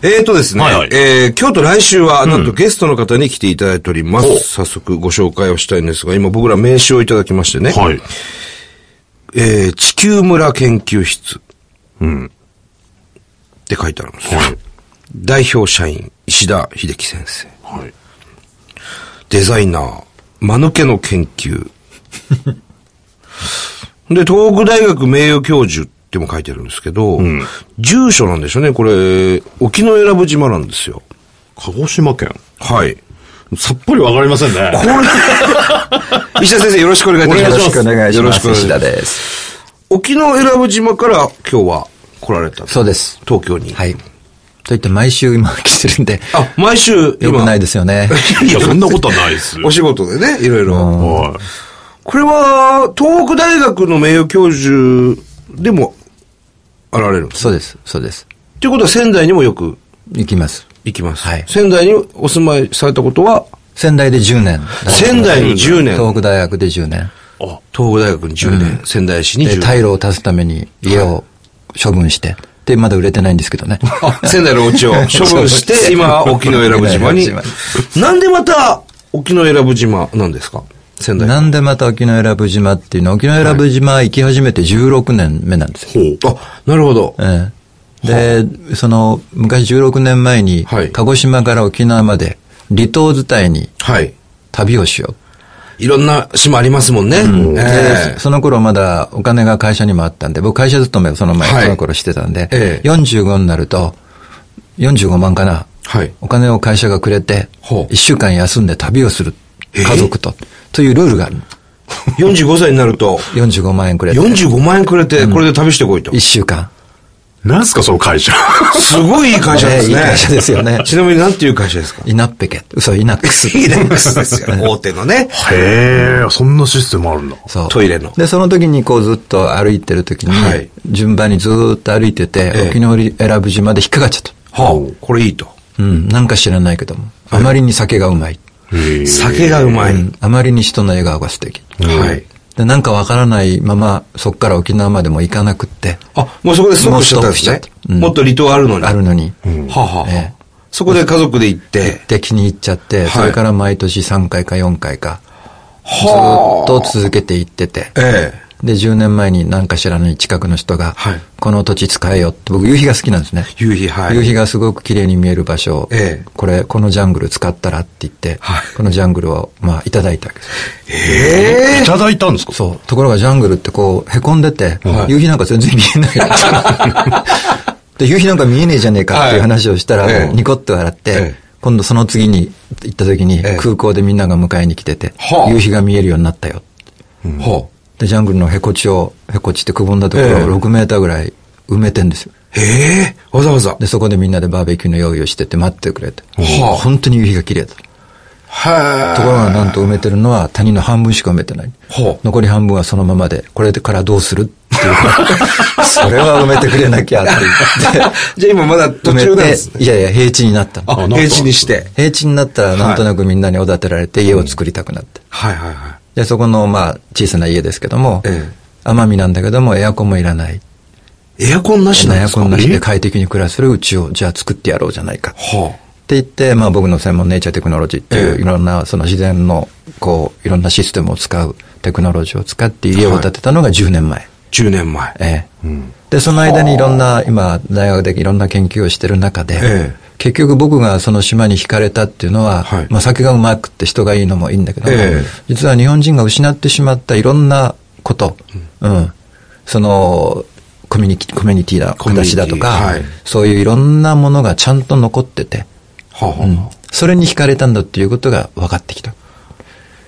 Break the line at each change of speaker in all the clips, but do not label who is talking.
えーとですね、
はいはい
えー、今日と来週は、なんとゲストの方に来ていただいております。
ほう
早速ご紹介をしたいんですが、今僕ら名刺をいただきましてね、
はい。
えー、地球村研究室。って書いてあるんですよ。
はい
代表社員、石田秀樹先生。
はい。
デザイナー、間抜けの研 究。で、東北大学名誉教授っても書いてるんですけど、住所なんでしょうね、これ、沖永良部島なんですよ。
鹿児島県。
はい。
さっぱりわかりませんね。
これ、 石田先生よろしくお願いいたし
よ
ます。
ろしくお願いし
よろ
ま
しく
す。
お願い
石
し
田
ます。
です。
沖永良部島から今日は来られた。
そうです。
東京に。
はい。と言って毎週今来てるんで、
あ、毎週、。
よくないですす よね。
いや、そんなことはないです。
お仕事でね、いろいろ。
は
これは、東北大学の名誉教授でも、あられるんです。
そうです、そうです。
ということは仙台にもよく
行きます。
行きます。
はい
仙台にお住まいされたことは、
仙台で10年。
仙台に10年、
東北大学で10年。
い。あ、
東北大学に10年、仙台市に
で、
10
退
年。
路を足すために家を処分して。で、まだ売れてないんですけどね。
あ仙台のお 家を処分し、
処分してて
今、沖永良部島に
沖永良部。
なんでまた、沖永良部島なんですか仙台。
なんでまた沖永良部島っていうの沖永良部島行き始めて16年目なんですよ。
ほ
あ、
う。
なるほど。
ええで、その、昔16年前に、
はい
鹿児島から沖縄まで、離島伝いに
はい。
旅をしよ
いろんな島ありますもんね。
う。
え
で
え
その頃まだお金が会社にもあったんで、僕会社勤めをその前、
はい
その頃してたんで、
ええ
45になると、45万かな、
はい。
お金を会社がくれて、
ほう
1週間休んで旅をする、
ええ
家族と、というルールがあるの。
45歳になると、
45万円くれて、
45万円くれて、これで旅してこいと
1。週間。
なんすか、その会社。
すごいいい会社ですね。
ええいい会社ですよね
ちなみに何ていう会社ですか
イナッペケ。嘘、イナックス。
イラックスですよ。 大手のね。
へえ、そんなシステムあるんだ。
そう
トイレの
で、その時にこうずっと歩いてる時に、
はい
順番にずーっと歩いてて、
ええ
沖縄選ぶ島で引っかかっちゃった。
はあ、これいいと。
うん、なんか知らないけども、あまりに酒がうまい。
へえ。
酒がうまい。
うんあまりに人の笑顔が素敵。
はい。
で、なんかわからないまま、そっから沖縄までも行かなくって、
あ、もうそこでストップしちゃったんですね
もうストップしちゃった。うん
もっと離島あるのに。
あるのに。
はあはあ
ええ
そこで家族で行って。
で、気に入っちゃって、
はい
それから毎年3回か4回か、ずー
は
っと続けて行ってて。
ええ。
で、10年前に何か知らない近くの人が、
はい
この土地使えよって、僕夕日が好きなんですね。
夕日、はい。
夕日がすごく綺麗に見える場所を、
ええ
これ、このジャングル使ったらって言って、
はい
このジャングルを、まあ、いただいたわけです。
え
いただいたんですか
そう。ところがジャングルってこう、凹んでて、
はい
夕日なんか全然見 えない。で、夕日なんか見えねえじゃねえかっていう話をしたら、
はいええ
ニコッと笑って、
ええ
今度その次に行った時に、
ええ
空港でみんなが迎えに来てて、
はあ
夕日が見えるようになったよ。
え。は
で、ジャングルのへこちを、へこちってくぼんだところを
ええ
6メーターぐらい埋めてんですよ。
あ。ええ。わざわざ。
で、そこでみんなでバーベキューの用意をしてて待ってくれて。
はあ
本当に夕日が綺麗だ。
は
ところがなんと埋めてるのは他人の半分しか埋めてない。
ほう
残り半分はそのままで、これからどうするっていう から。それは埋めてくれなきゃって言って。
じゃあ今まだ 途中なんです
埋
ね。
めていやいや、平地になったの。
あ、平地にして。
平地になったらなんとなくみんなにおだてられて家を作りたくなって。
はいはいは
で、そこのまあ小さな家ですけども
ええ、
奄美なんだけどもエアコンもいらない。
い。エアコンなしなん
エ
で
ア
すか
コンなしで快適に暮らせるうちをじゃあ作ってやろうじゃないか。
は
って言って、まあ僕の専門ネイチャーテクノロジーってい
え
う
え
いろんなその自然のこういろんなシステムを使うテクノロジーを使って家を建てたのが10年前。
あ。10年前。
ええで、その間にいろんな、今大学でいろんな研究をしてる中で、
ええ
結局僕がその島に惹かれたっていうのは、
はい
まあ酒がうまくって人がいいのもいいんだけども、
ええ
実は日本人が失ってしまったいろんなこと、うん、その、コミュニティ、コミュニティだ、
コミュニティ
形だとか、
はい
そういういろんなものがちゃんと残ってて、
はあはあ
うんそれに惹かれたんだっていうことが分かってきた。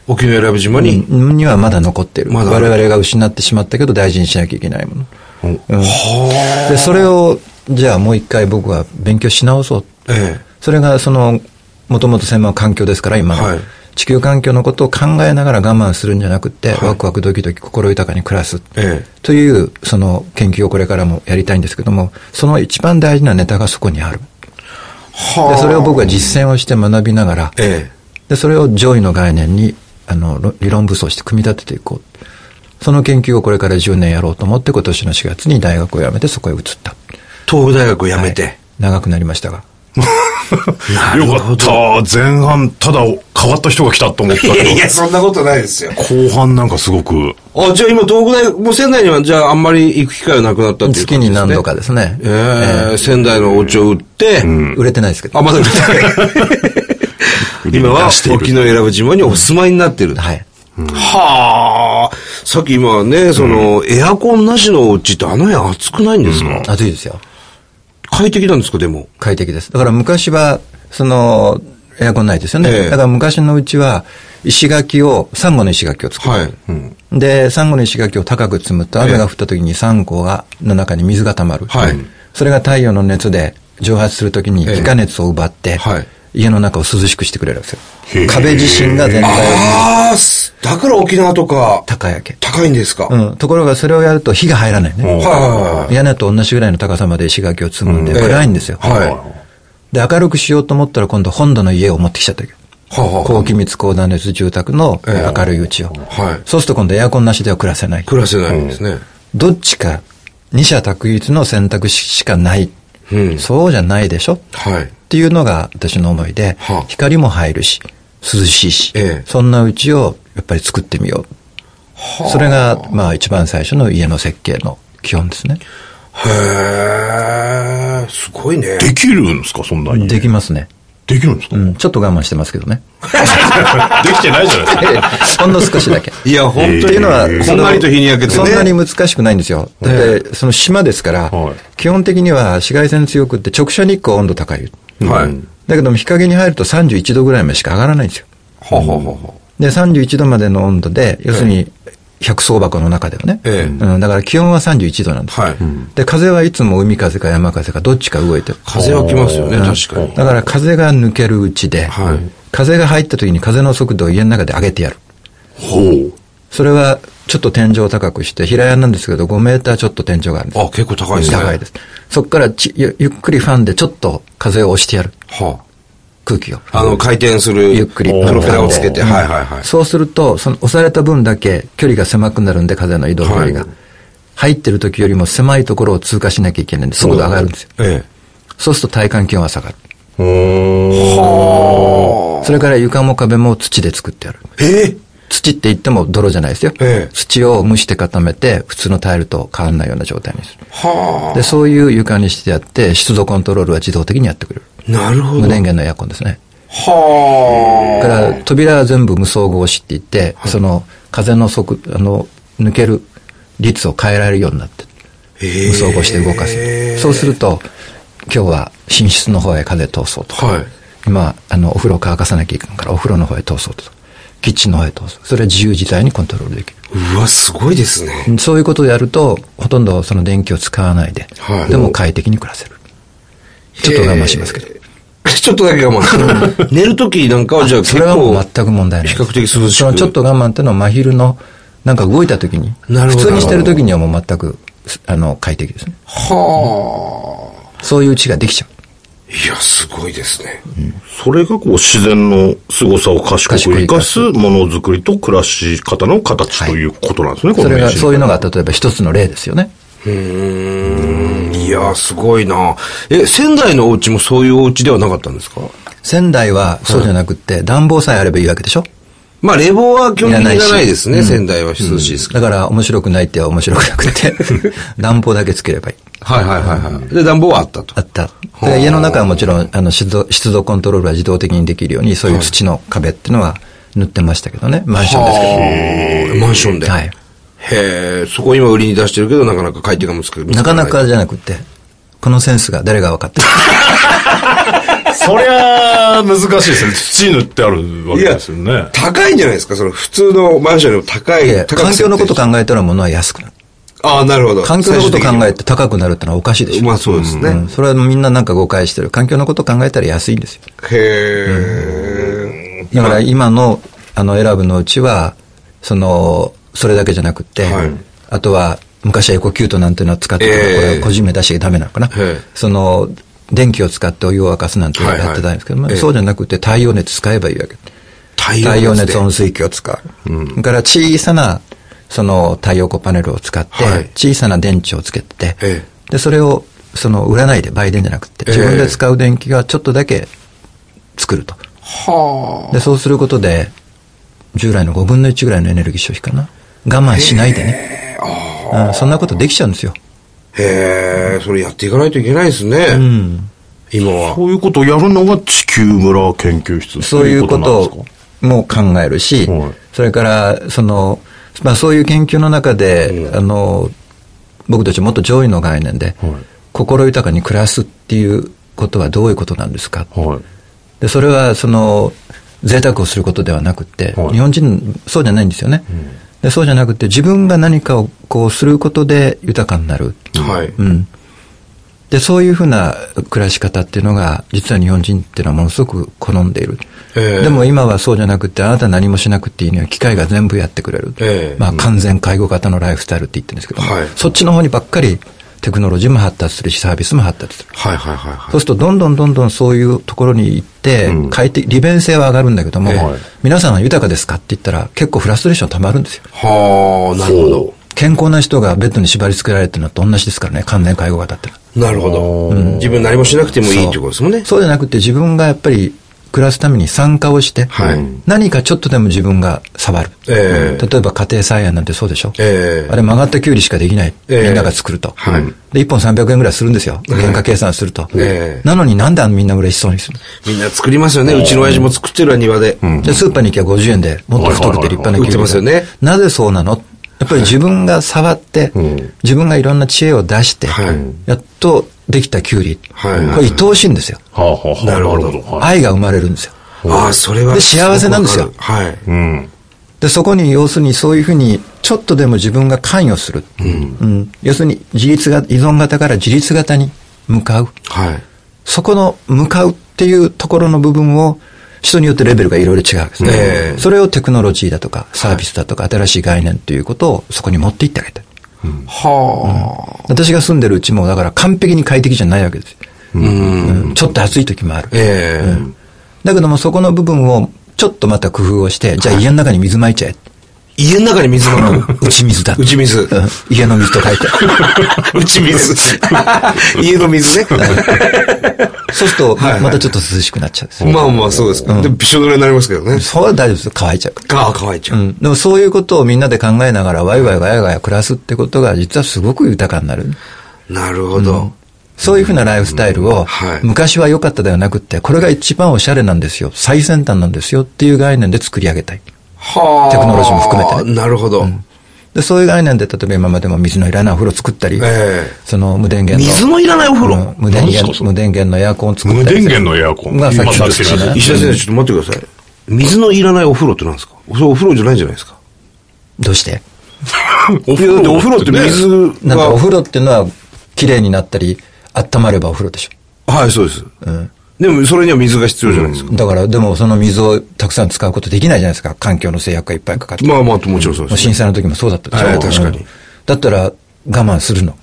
沖永良部島に。
うんにはまだ残ってる。
まだある
我々が失ってしまったけど大事にしなきゃいけないもの。うん
は
で、それを、じゃあもう一回僕は勉強し直そう。
あ。ええ。
それがその、もともと専門は環境ですから、今の、
はい
地球環境のことを考えながら我慢するんじゃなくて、
はい
ワクワクドキドキ心豊かに暮らす。
ええ。
という、その研究をこれからもやりたいんですけども、その一番大事なネタがそこにある。
は
で、それを僕は実践をして学びながら、
え
で、それを上位の概念に、あの、ろ理論武装して組み立てていこう。その研究をこれから10年やろうと思って、今年の4月に大学を辞めてそこへ移った。
え。東北大学を辞めて。
長くなりましたが。
よかった。前半、ただ変わった人が来たと思ったけど、
そんなことないですよ。
後半なんかすごく、
あ、じゃあ今、東北大学、もう仙台には、じゃああんまり行く機会はなくなったっていう
月
感じですね。
に何度かですね。
ええ仙台のお家を売って、
売れてないですけど。
あ、まだ売ってない今は
出している
沖永良部島にお住まいになってる。
はい。
はあ、さっき今ね、その、エアコンなしのお家ってあの辺暑くないんですか、
暑いですよ。
快適なんですか、でも。
快適です。だから昔は、その、エアコンないですよね。
ええ
だから昔のうちは、石垣を、サンゴの石垣を作る。
はい。うん、
で、サンゴの石垣を高く積むと、雨が降った時にサンゴが、の中に水が溜まる。
はい
それが太陽の熱で蒸発する時に
ええ
気化熱を奪って、
はい
家の中を涼しくしてくれるんですよ
へえ。
壁自身が全体を
ああ、すだから沖縄とか、
高焼け。
高いんですか、
うん。ところがそれをやると火が入らない
お
ね。
はいはいはい。
屋根と同じぐらいの高さまで石垣を積むんで、
うん
暗いんですよ。
ええはい
で、明るくしようと思ったら今度本土の家を持ってきちゃったわ
は
け
あはあはあ
高気密高断熱住宅の
ええ
明るいうちを。
はい
そうすると今度エアコンなしでは暮らせない。
暮らせないんですね。
どっちか、二者択一の選択肢しかない。
うん
そうじゃないでしょっ
はい。
ていうのが私の思いで、
はあ
光も入るし、涼しいし、
ええ
そんなうちをやっぱり作ってみよう。それが、まあ一番最初の家の設計の基本ですね。
へえ、すごいね。
できるんですかそんなに。
できますね。
できるんですか、
うん、ちょっと我慢してますけどね。
できてないじゃないですか。
ほんの少しだけ。
いや、本当に
っていうのは、
えー
そ
こ
の
んがりと日に焼けてね
そんなに難しくないんですよ。だって、その島ですから、
はい
基本的には紫外線強くって直射日光温度高い。
はい。
だけども日陰に入ると31度ぐらいまでしか上がらないんですよ。
はははは。
で、31度までの温度で、要するに、百層箱の中ではね、
ええ
うん。だから気温は31度なんですよ。
はいうん
で、風はいつも海風か山風かどっちか動いてる。
風は来ますよね、
うん
確かに。
だから風が抜けるうちで、
はい
風が入った時に風の速度を家の中で上げてやる。
ほう。
それはちょっと天井を高くして、平屋なんですけど5メーターちょっと天井があるんです。
あ、結構高いですね。
高いです。そこからちゆゆっくりファンでちょっと風を押してやる。
は
空気を。
あ、あの、回転する。
ゆっくり。
プロペラをつけて。
うん
はいはいはい。
そうすると、その押された分だけ距離が狭くなるんで、風の移動距離が。
はい
入ってる時よりも狭いところを通過しなきゃいけないんで、速度上がるんですよ。
え
そうすると体感気温は下がる。
え。
それから床も壁も土で作ってやる。
え
土って言っても泥じゃないですよ。
ええ
土を蒸して固めて、普通のタイルと変わんないような状態にする。
は
で、そういう床にしてやって、湿度コントロールは自動的にやってくれる。
あ。なるほ
無
ど。
電源のエアコンですね。だ
は
から、扉は全部無双合子って言って、その、風の速、あの、抜ける率を変えられるようになってる、
あ。え
無双合子で動かせる。そうすると、今日は寝室の方へ風通そうとか、
はい。
今、あの、お風呂乾かさなきゃいけないから、お風呂の方へ通そうとか、キッチンの方へ通す。それは自由自在にコントロールできる。
うわ、すごいですね。
そういうことをやると、ほとんどその電気を使わないで、
はい
でも快適に暮らせる。ちょっと我慢しますけど。
ど。 ちょっとだけ我慢す る。寝るときなんかはじゃあ結
それはもう
構。
全く問題ないです。
比較的涼しく
そのちょっと我慢っていうのは真昼の、なんか動いた時に、
なる
普
ほど
通にしてる時にはもう全く、すあの、快適ですね。
はあ。
そういう家ができちゃう。
いや、すごいですね。
それがこう自然の凄さを賢く生かすものづくりと暮らし方の形ということなんですね、こ
そ
の
れが、
名刺
そういうのが例えば一つの例ですよね。
うーん。いや、すごいな。え、仙台のお家もそういうお家ではなかったんですか
仙台はそうじゃなくって、暖房さえあればいいわけでしょ
まあ、冷房は基本的にいらないです
い
ね。
らないし
仙台は涼しいですけど。
だから面白くないっては面白くな くて、暖房だけつければいい。
はいはいはいはい。で、暖房はあったと
あ。った。で家の中はもちろん、あの、湿度、湿度コントロールは自動的にできるように、そういう土の壁っていうのは塗ってましたけどね。マンションです
あーマンション
け
で。
ど。はい。
へえ、そこ今売りに出してるけど、なかなか買い手が難しい。
なかなかじゃなくて、このセンスが誰が分かってる
そりゃあ難しいですね。土塗ってあるわ
い
け
や
ですよね。
高いんじゃないですかその普通のマンションよりも高い
いや。
高く
環境のこ
設
と
定し
考えたら物は安くなる。
ああ、なるほど。
環境のこと考え
て。
て高くなるってのはおかしいでしょ。
まあそうですね。
うんそれはみんななんか誤解してる。環境のこと考えたら安いんですよ。
へえ。
だから今の、あの、選ぶのうちは、その、それだけじゃなくって、
はい
あとは、昔はエコキュートなんていうのは使ってたけど、
ええ
これは個人名出しちゃダメなのかな。
ええ
その、電気を使ってお湯を沸かすなんていうのをやってたんですけど、
はいはい
まあ
ええ
そうじゃなくて太陽熱使えばいいわけ。
太
太陽熱温
で
水器を使う。だから小さな、その太陽光パネルを使って
はい、
小さな電池をつけてて、
ええ
で、それをその売らないで売電じゃなくて、自分で使う電気がちょっとだけ作ると。
は
で、そうすることで、従来の5分の1ぐらいのエネルギー消費かな。我慢しないでね。うんそんなことできちゃうんですよ。
あ。へえ、それやっていかないといけないですね。
うん。
今は。
そういうことをやるのが地球村研究室
そういう
と
こと
いうなんですか
も考えるし
はい、
それから、その、まあそういう研究の中で、あの、僕たちもっと上位の概念で、心豊かに暮らすっていうことはどういうことなんですか。
はい。
で、それは、その、贅沢をすることではなくて、
はい
日本人、そうじゃないんですよね。でそうじゃなくて、自分が何かをこうすることで豊かになる。
はい。
うん。で、そういうふうな暮らし方っていうのが、実は日本人っていうのはものすごく好んでいる。
ええ
でも今はそうじゃなくて、あなた何もしなくていいのよ。機械が全部やってくれる。
ええ
まあ、完全介護型のライフスタイルって言ってるんですけども、
はい
そっちの方にばっかりテクノロジーも発達するし、サービスも発達する。
はいはいはいは
そ
い。
うすると、どんどんどんどんそういうところに行って、快適、利便性は上がるんだけども、
ええ
皆さんは豊かですかって言ったら、結構フラストレーション溜まるんですよ。
はあ、なるほど。
健康な人がベッドに縛り付けられてるのと同じですからね、完全介護型っての
な
は。
るほど。自分何もしなくてもいいってことですもんね。
そうじゃなくて自分がやっぱり暮らすために参加をして、
はい
何かちょっとでも自分が触る。
ええ
例えば家庭菜園なんてそうでしょ、
ええ
あれ曲がったきゅうりしかできない。
ええ
みんなが作ると。
はい
で、1本300円ぐらいするんですよ。原価計算すると。
ええ
なのになんであんなみんな嬉しそうにするの、
みんな作りますよね。うちの親父も作ってるわ、庭で。
で、スーパーに行けば50円でもっと太くて立派なきゅう
売っ
りが
てますよね
なぜそうなのやっぱり自分が触って、自分がいろんな知恵を出して、
はい
やっとできたきゅうり。
はい
これ愛おしいんですよ。
はあ、はあ、
なるほど
はい。
愛が生まれるんですよ。
ああ、それは。
で幸せなんですよ
ごくわかるはい。
うん。
で、そこに要するにそういうふうに、ちょっとでも自分が関与する。うん要するに自立が、依存型から自立型に向かう。
はい。
そこの向かうっていうところの部分を、人によってレベルがいろいろ違うわけですね。
ええ
それをテクノロジーだとか、サービスだとか、新しい概念ということをそこに持っていってあげたい。
は
私が住んでるうちも、だから完璧に快適じゃないわけです。
あ。うん。
うんちょっと暑い時もある。
ええ。
だけども、そこの部分を、ちょっとまた工夫をして、じゃあ家の中に水まいちゃえ。
家の中に水があ る。
打ち水だ。
打ち水
うん家の水と書 いて。
うち水。家の水ね。
そうすると、ま
はいはい
またちょっと涼しくなっちゃうんです よ。
まあまあ、そうです。で、びしょ濡れになりますけどね。
そうは大丈夫ですよ。乾いちゃうから。
ああ、乾いちゃ
う
う。
ん。でもそういうことをみんなで考えながら、ワイワイガヤガヤ暮らすってことが、実はすごく豊かになる。
なるほど。
そういうふうなライフスタイルを
はい、
昔は良かったではなくって、これが一番おしゃれなんですよ。最先端なんですよっていう概念で作り上げたい。
はあ。
テクノロジーも含めてね
なるほど。
で、そういう概念で、例えば今までも水のいらないお風呂作ったり、
ええ
その無電源の。
水のいらないお風呂
うん。無電
何です
源、
か
無電源のエアコンを作った
無
りする。
電源のエアコン。
まあさっき
今
の
出してるやつ
ね
石田先生、ちょっと待ってください。水のいらないお風呂って何ですかそれお風呂じゃないじゃないですか。
どうして
お
いや、だってお風呂って
ね
水
なんかお
が。
風呂っていうのは、綺麗になったり、温まればお風呂でしょ。
はい、そうです。でも、それには水が必要じゃないですか。
だから、でもその水をたくさん使うことできないじゃないですか。環境の制約がいっぱいかかって。
まあまあ、もちろんそう
も
です
う震
ね。
災の時もそうだったでしょ。
はい確かに
うんだったら、我慢するの。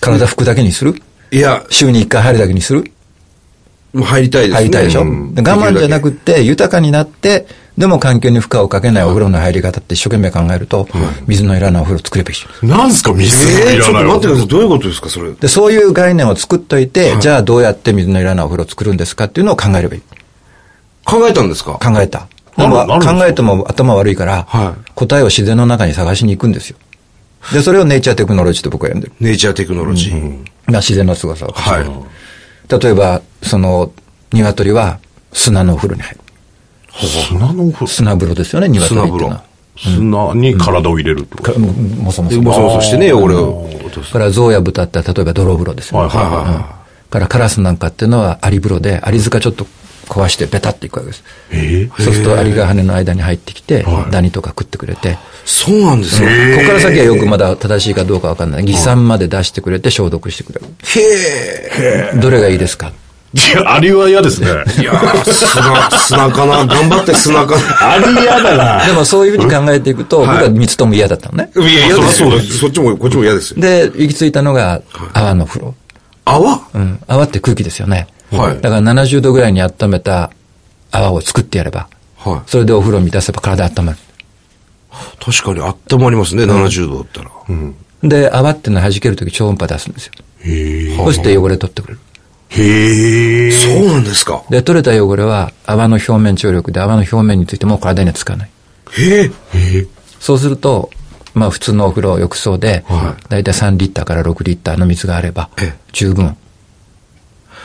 体拭くだけにする
いや、
週に一回入るだけにする
もう入りたいですね。
入りたいでしょ、
うん
で我慢じゃなく
で
て、豊かになって、でも環境に負荷をかけないお風呂の入り方って一生懸命考えると、水のいらないお風呂作ればいいし。
なんすか、
きる
水
だ
が
け。え
い
ー、ちょ
ら
っと
な
待
いお
って
風
くだ
呂。
さい。どういうことですか、それ。
で、そういう概念を作っといて、じゃあどうやって水のいらないお風呂を作るんですかっていうのを考えればいい。
考えたんですか
考えた。
あ
で
る
も
あるんですか
考えても頭悪いから、
は
答えを自然の中に探しに行くんですよ。で、それをネイチャーテクノロジーと僕は呼んでる。
ネイチャーテクノロジー。
まあ自然の凄さを。
はい。
例えば、その、鶏は砂のお風呂に入る。
砂のお風呂。
砂風呂ですよね、鶏
砂
ってい
風
う
呂。
のは。
砂に体を入れるってこと
かももそも
で、
そ
も
も。
そもそしてね、俺を落とす。
から象や豚って例えば泥風呂ですよね。
はいはいはいはい
うんからカラスなんかっていうのはアリ風呂で、アリ塚ちょっと壊してベタっていくわけです。
え
そうするとアリが羽の間に入ってきて、ダニとか食ってくれて、
そうなんですよ。
ここから先はよくまだ正しいかどうかわかんない。偽酸まで出してくれて消毒してくれる。
へえ。
どれがいいですか
いや、ありは嫌ですね。
いやー砂、砂かな頑張って砂かな。
あり嫌だな。
でもそういうふうに考えていくと、僕は3つとも嫌だったのね。
いや、嫌ですよ
そりゃそうです
そっちも、こっちも嫌ですよ。
で、行き着いたのが泡の風呂。
泡
うん。泡って空気ですよね。
はい
だから70度ぐらいに温めた泡を作ってやれば、
は
それでお風呂を満たせば体温まる。
い。確かに、あったまりますね、70度だったら。
で、泡っていうのは弾けるとき超音波出すんですよ。
へ
そして汚れ取ってくれる。
へえ。
そうなんですか。
で、取れた汚れは泡の表面張力で泡の表面についてもう体にはつかない。
へえ。
そうすると、まあ普通のお風呂、浴槽で、だいたい3リッターから6リッターの水があれば
ええ、
十分、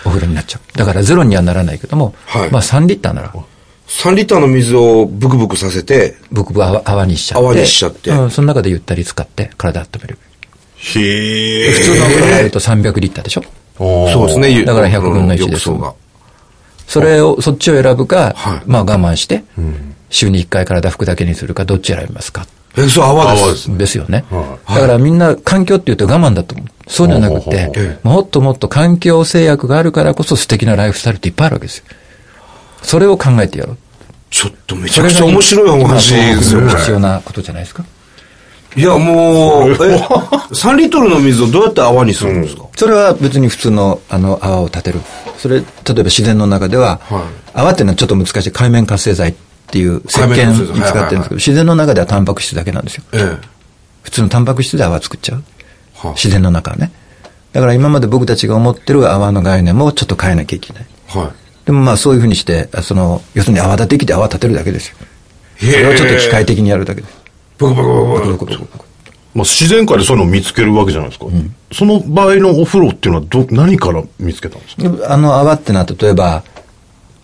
お風呂になっちゃう。だからゼロにはならないけども、
はい
まあ3リッターなら、
3リッターの水をブクブクさせて、
僕は泡泡にしちゃって。
泡にしちゃって
うん、その中でゆったり使って、体温める。
へえ。
普通のお風呂入ると300リッターでしょ
そうですね、ゆ
だから100分の1です
浴槽が。
それを、そっちを選ぶか、
はい
まあ我慢して、週に1回体拭くだけにするか、どっち選びますか。
え、そう、泡です。
泡です
ですよね。だからみんな環境って言うと我慢だと思う。そうじゃな
ほ
く
うほう
て、もっともっと環境制約があるからこそ素敵なライフスタイルっていっぱいあるわけですよ。それを考えてやろう。
ちょっとめちゃくちゃ面白いお話ですよ、
それ
こ
が
れ
必要なことじゃないですか。
いや、も う、え、3リットルの水をどうやって泡にするんですか、
それは別に普通のあの泡を立てる。それ、例えば自然の中では、泡っていうのはちょっと難しい海面活性剤っていう石
海面
鹸
活性
に
剤
使ってるんですけど、
はいはいはい
自然の中ではタンパク質だけなんですよ。
え
普通のタンパク質で泡作っちゃう。
はあ
自然の中はね。だから今まで僕たちが思ってる泡の概念もちょっと変えなきゃいけない。
え。は
でもまあそういうふうにして、あその、要するに泡立て器で泡立てるだけですよ。
い。
そ
へ
れをちょっと
え。
機械的にやるだけです。
ブクブクブクブ
ど
ク
こどこどこ
まあ、自然界でそういうのを見つけるわけじゃないですか。その場合のお風呂っていうのはど、何から見つけたんですか
であの泡ってのは例えば、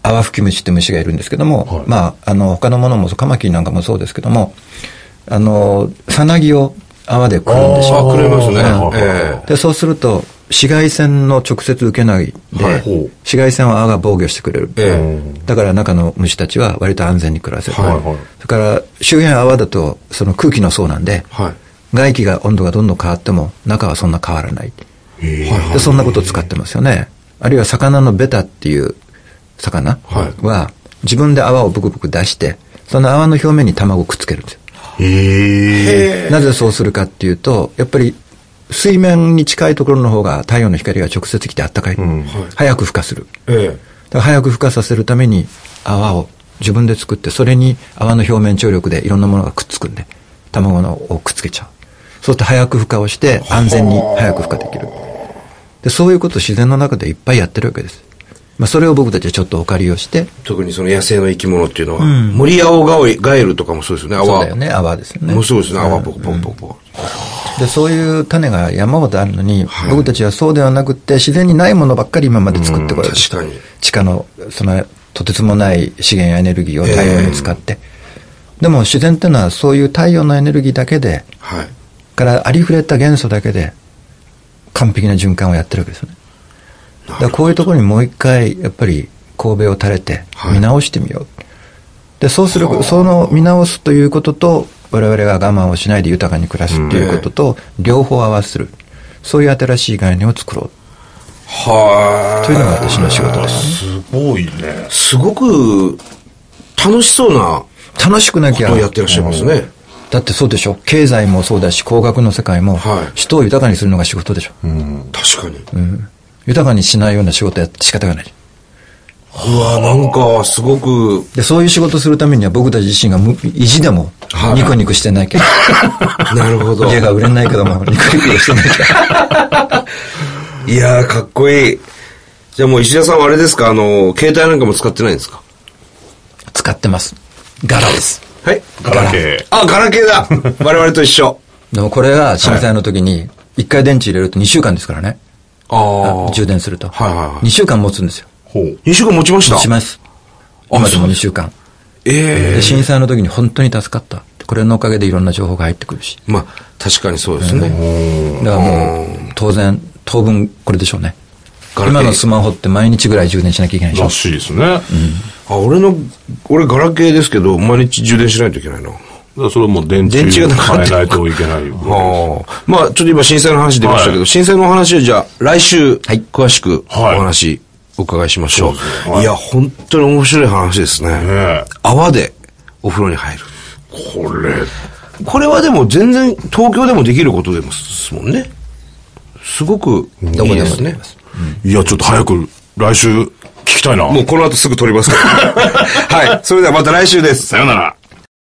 泡吹き虫って虫がいるんですけども、
はい
まあ、あの、他のものもそう、カマキリなんかもそうですけども、あの、さなぎを泡でくるんでしょ
あくれますね
はい
ええ
で、そうすると、紫外線の直接受けないで、
はい
ほう
紫外線を泡が防御してくれる。
え
だから中の虫たちは割と安全に暮らせる。
はいはい
それから周辺は泡だとその空気の層なんで、
はい
外気が温度がどんどん変わっても中はそんな変わらない。
え。はいは
でそんなことを使ってますよね。あるいは魚のベタっていう魚
はい
は自分で泡をブクブク出して、その泡の表面に卵をくっつけるんですよ。
へえ。
なぜそうするかっていうと、やっぱり水面に近いところの方が太陽の光が直接来てあったかい。早く孵化する。
い。え
だから早く孵化させるために泡を自分で作ってそれに泡の表面張力でいろんなものがくっつくんで卵のをくっつけちゃうそうすると早く孵化をして安全に早く孵化できるでそういうことを自然の中でいっぱいやってるわけです、まあ、それを僕たちはちょっとお借りをして
え。特にその野生の生き物っていうのは、森青ガオイガエルとかもそうですよね、泡。
そうだよね泡ですよね
もうそうですね、泡ボコボコボコボコ。
でそういう種が山ほどあるのに、僕たちはそうではなくって自然にないものばっかり今まで作ってこようとした
うん確かに
地下のそのとてつもない資源やエネルギーを太陽に使って、でも自然ってのはそういう太陽のエネルギーだけで
はい。
からありふれた元素だけで完璧な循環をやってるわけですよねだからこういうところにもう一回やっぱり神戸を垂れて
はい
見直してみよう、でそうするその見直すということと我々が我慢をしないで豊かに暮らすということと両方合わせるそういう新しい概念を作ろう
はあ。
というのが私の仕事です
ごいね。
すごく楽しそうな
楽しくなき
こ
ゃ
とをやってらっしゃいますね。
だってそうでしょ経済もそうだし工学の世界も
はい
人を豊かにするのが仕事でしょ、
確かに。
豊かにしないような仕事やって仕方がないう
わ、なんか、すごく、
で、そういう仕事するためには僕たち自身がむ意地でも
はい、
ニコニコしてないけど、
なるほど。
家が売れないけども、ニコニコしてないけ
いやー、かっこいい。じゃあもう石田さんはあれですかあの、携帯なんかも使ってないんですか
ど、使ってます。柄です。
はい。
ガラケ
あ、ガラケー だ我々と一緒。
でもこれが震災の時に、1回電池入れると2週間ですからね。
あ
充電すると。
はいはいはい
2週間持つんですよ。
ー。ほう。
2週間持ちました
持ちます。今でも2週間。
ええ
で震災の時に本当に助かった。これのおかげでいろんな情報が入ってくるし。
まあ、確かにそうですね。
だからもう、当然、当分これでしょうね。
ガラケー
今のスマホって毎日ぐらい充電しなきゃいけないでしょ
ら。しいですね。だか
あ、俺の、俺ガラケーですけど、毎日充電しないといけないな。あ
らそれはもう電池
電池がなくな
変
っ
え
て
ないといけない。
あ。まあ、ちょっと今震災の話出ましたけど、
はい
震災の話をじゃあ、来週、
はい
詳しくお
はい
話、お伺いしましょう。
そうです
い
ねはい
や、本当に面白い話ですね。
ねえ
泡でお風呂に入る。
これ、
これはでも全然東京でもできることですもんね。すごくいい
どこでも
す
で
ね
きま。す。
いや、ちょっと早く来週聞きたいな。
もうこの後すぐ撮りますから。はい。それではまた来週です。
さよなら。